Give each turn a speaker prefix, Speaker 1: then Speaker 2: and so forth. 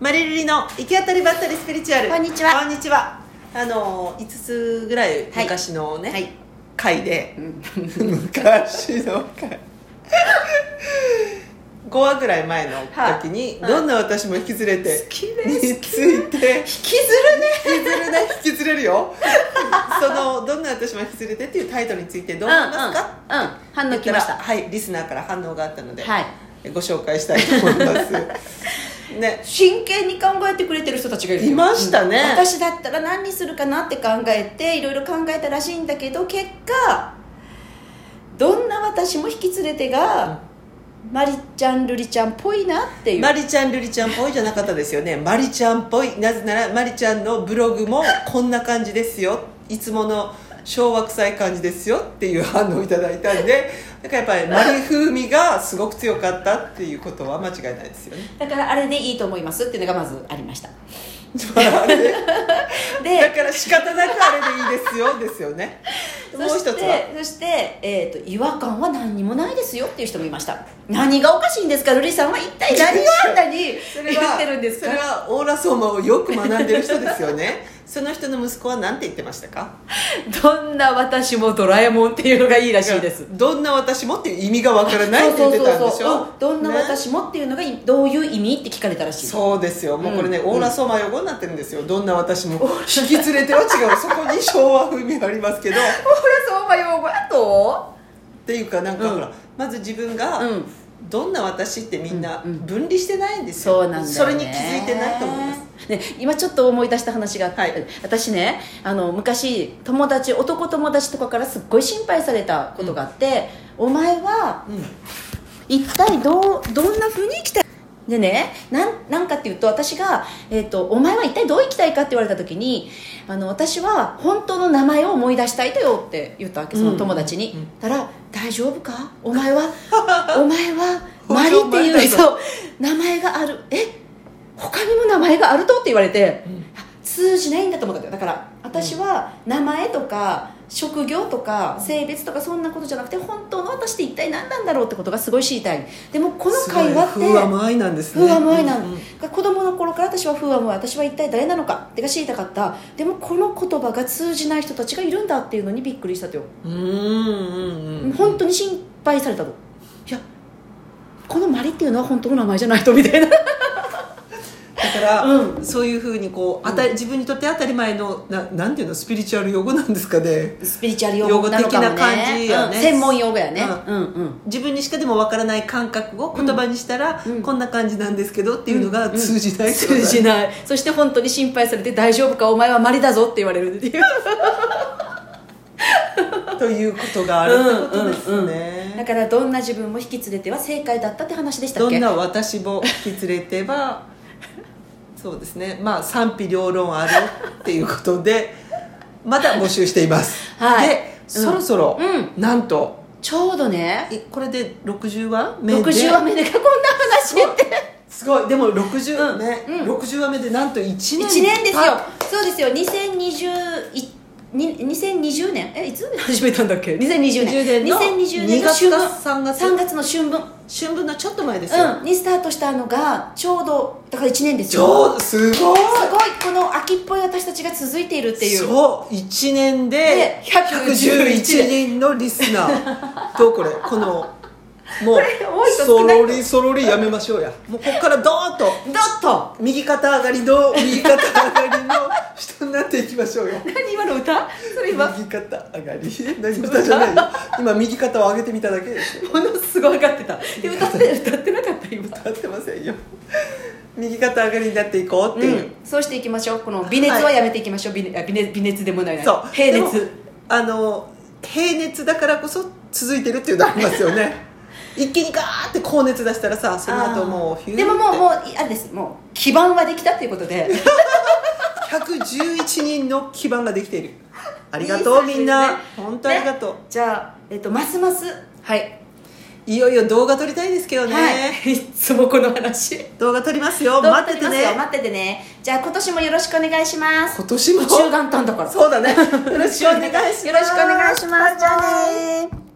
Speaker 1: マリルリの行き当たりばったりスピリチュアル
Speaker 2: こんにちは
Speaker 1: こんにちはあの5つぐらい
Speaker 2: はい
Speaker 1: 昔のね、
Speaker 2: はい
Speaker 1: 回で 昔の回5話ぐらい前の時に、
Speaker 2: はい
Speaker 1: どんな私も引きずれて
Speaker 2: きで
Speaker 1: について
Speaker 2: 引きずるね
Speaker 1: 引きずるね引きずれるよその「どんな私も引きずれて」っていうタイトルについてどう思いますか、
Speaker 2: うん、うんうん、反応きましたは
Speaker 1: はいリスナーから反応があったので、
Speaker 2: い
Speaker 1: ご紹介したいと思います ね
Speaker 2: 真剣に考えてくれてる人たちがいるよ
Speaker 1: いましたね
Speaker 2: うん私だったら何にするかなって考えていろいろ考えたらしいんだけど結果どんな私も引き連れてが、マリちゃんルリちゃんっぽいなっていう
Speaker 1: マリちゃんルリちゃんっぽいじゃなかったですよねマリちゃんっぽいなぜならマリちゃんのブログもこんな感じですよいつもの昭和臭い感じですよっていう反応をいただいたんでだからやっぱりマリ風味がすごく強かったっていうことは間違いないですよね
Speaker 2: だからあれでいいと思いますっていうのがまずありました
Speaker 1: まああれでだ
Speaker 2: で
Speaker 1: から仕方なくあれでいいですよですよねもう一つ
Speaker 2: そし
Speaker 1: は
Speaker 2: てそして、えー、と違和感は何にもないですよっていう人もいました何がおかしいんですかルリさんは一体何があんたに言
Speaker 1: それ
Speaker 2: っ
Speaker 1: は
Speaker 2: てるんですか
Speaker 1: それはオーラソーマをよく学んでる人ですよねその人の息子は何て言ってましたか
Speaker 2: どんな私もドラえもんっていうのがいいらしいです。
Speaker 1: どんな私もっていう意味がわからないって言っ
Speaker 2: そう
Speaker 1: て
Speaker 2: そうそう
Speaker 1: たん
Speaker 2: そう
Speaker 1: でしょ
Speaker 2: うんどんな
Speaker 1: ね
Speaker 2: 私もっていうのがいどういう意味って聞かれたらしい。
Speaker 1: そう ですよもうこれね、
Speaker 2: うん
Speaker 1: オーラソーマ用語になってるんですよどんな私 も引き連れては違うそこに昭和風味ありますけどっ
Speaker 2: オーラ相場用語やと
Speaker 1: ていうかなんかほら、まず自分が、
Speaker 2: うん
Speaker 1: どんな私ってみんな
Speaker 2: うんうん
Speaker 1: 分離してないんですよ、
Speaker 2: そうなんだよ、ね、
Speaker 1: それに気づいてないと思います
Speaker 2: す、ね、今ちょっと思い出した話があって、
Speaker 1: はい
Speaker 2: 私ねあの昔友達男友達とかからすっごい心配されたことがあって、お前は
Speaker 1: うん
Speaker 2: 一体どうどんなふうに生きたいでねなんなんかっていうと私が、えーと「お前は一体どう生きたいか?」って言われた時にあの私は本当の名前を思い出したいだよって言ったわけその友達に、
Speaker 1: うんうん
Speaker 2: たら「大丈夫かお前は お前はマリって
Speaker 1: 本当お前
Speaker 2: い
Speaker 1: だ
Speaker 2: う
Speaker 1: ぞ
Speaker 2: そう名前があるえ他にも名前があると?」って言われて、
Speaker 1: うん
Speaker 2: あ通じないんだと思ったんだよだから私は名前とか職業とか性別とかそんなことじゃなくて本当の私って一体何なんだろうってことがすごい知りたいでもこの会話っ
Speaker 1: すごい風和
Speaker 2: て
Speaker 1: 無愛なんですね
Speaker 2: 風和無愛な
Speaker 1: う
Speaker 2: の、
Speaker 1: んうん
Speaker 2: が子供の頃から私は風和無愛私は一体誰なのかってが知りたかったでもこの言葉が通じない人たちがいるんだっていうのにびっくりしたとよ、
Speaker 1: うんうんうん
Speaker 2: 本当に心配されたのいやこのマリっていうのは本当の名前じゃないとみたいな
Speaker 1: だから、
Speaker 2: う
Speaker 1: そういうふうにこうあたり自分にとって当たり前のななんていうのスピリチュアル用語なんですかね
Speaker 2: スピリチュアル用語なのかもね
Speaker 1: 用語的な感じやね
Speaker 2: うん専門用語やね、
Speaker 1: う
Speaker 2: うんうん
Speaker 1: 自分にしかでもわからない感覚を言葉にしたら、
Speaker 2: うん
Speaker 1: こんな感じなんですけどっていうのが 通じない、
Speaker 2: 通じないそして本当に心配されて「大丈夫かお前はマリだぞ」って言われるっていう
Speaker 1: ということがあるってことですね、
Speaker 2: だからどんな自分も引き連れては正解だったって話でしたっ
Speaker 1: ど
Speaker 2: け
Speaker 1: んな私も引き連れてはそうですねまあ賛否両論あるっていうことでまだ募集しています、
Speaker 2: はい
Speaker 1: で、
Speaker 2: うん
Speaker 1: そろそろ、
Speaker 2: う
Speaker 1: なんと
Speaker 2: ちょうどね
Speaker 1: えこれで60話目で
Speaker 2: 60話目でこんな話って
Speaker 1: すごいでも60、
Speaker 2: うん
Speaker 1: ね、
Speaker 2: うん
Speaker 1: 60話目でなんと1年
Speaker 2: 1年ですよそうですよ2020に2020年えいつ始めたんだっけ2020
Speaker 1: 2020
Speaker 2: 年
Speaker 1: 年の
Speaker 2: 2020年の春分
Speaker 1: 2月か3月
Speaker 2: 3月の春分
Speaker 1: 春分のちょっと前ですよ、
Speaker 2: うんにスタートしたのがちょうどだから1年です
Speaker 1: ち
Speaker 2: よ
Speaker 1: ょうすごい
Speaker 2: すごいこの秋っぽい私たちが続いているっていう
Speaker 1: そう1年で
Speaker 2: で
Speaker 1: 111人のリスナ ーどうこれこのもう
Speaker 2: 多いと
Speaker 1: そ
Speaker 2: 少ない
Speaker 1: ろ
Speaker 2: と
Speaker 1: りそろりやめましょうやもうここからドーンと
Speaker 2: だった
Speaker 1: 右肩上がりの右肩上がりの人になっていきましょうよ
Speaker 2: 何今の歌それ
Speaker 1: 右
Speaker 2: 今も
Speaker 1: 肩上がり何歌じゃないよ今右肩を上げてみただけでしょ
Speaker 2: のすごい上がってたで歌って歌ってなかった今
Speaker 1: 歌ってませんよ右肩上がりになっていこうっていう、
Speaker 2: そうしていきましょうこの微熱はやめていきましょう、微熱あ微熱微熱でもないな
Speaker 1: そう
Speaker 2: 平
Speaker 1: でも
Speaker 2: 熱
Speaker 1: あの平熱だからこそ続いてるっていうのありますよね 一気にガーって高熱出したらさその後もう
Speaker 2: あ
Speaker 1: ヒューって
Speaker 2: ーでももうもういあれですもう基盤はできたっていうこと で
Speaker 1: 111人の基盤ができ ているありがとう
Speaker 2: いい数字ですね
Speaker 1: みんな本当ありがとう、
Speaker 2: じゃあ、えっとますますはい、
Speaker 1: いよいよ動画撮りたいですけどね、
Speaker 2: はい いつもこの話
Speaker 1: 動画撮りますよ待っててね
Speaker 2: 待っててねじゃあ今年もよろしくお願いします
Speaker 1: 今年も
Speaker 2: 中元旦だから
Speaker 1: そうだねよろしくお願いします
Speaker 2: よろしくお願いしますじゃあねー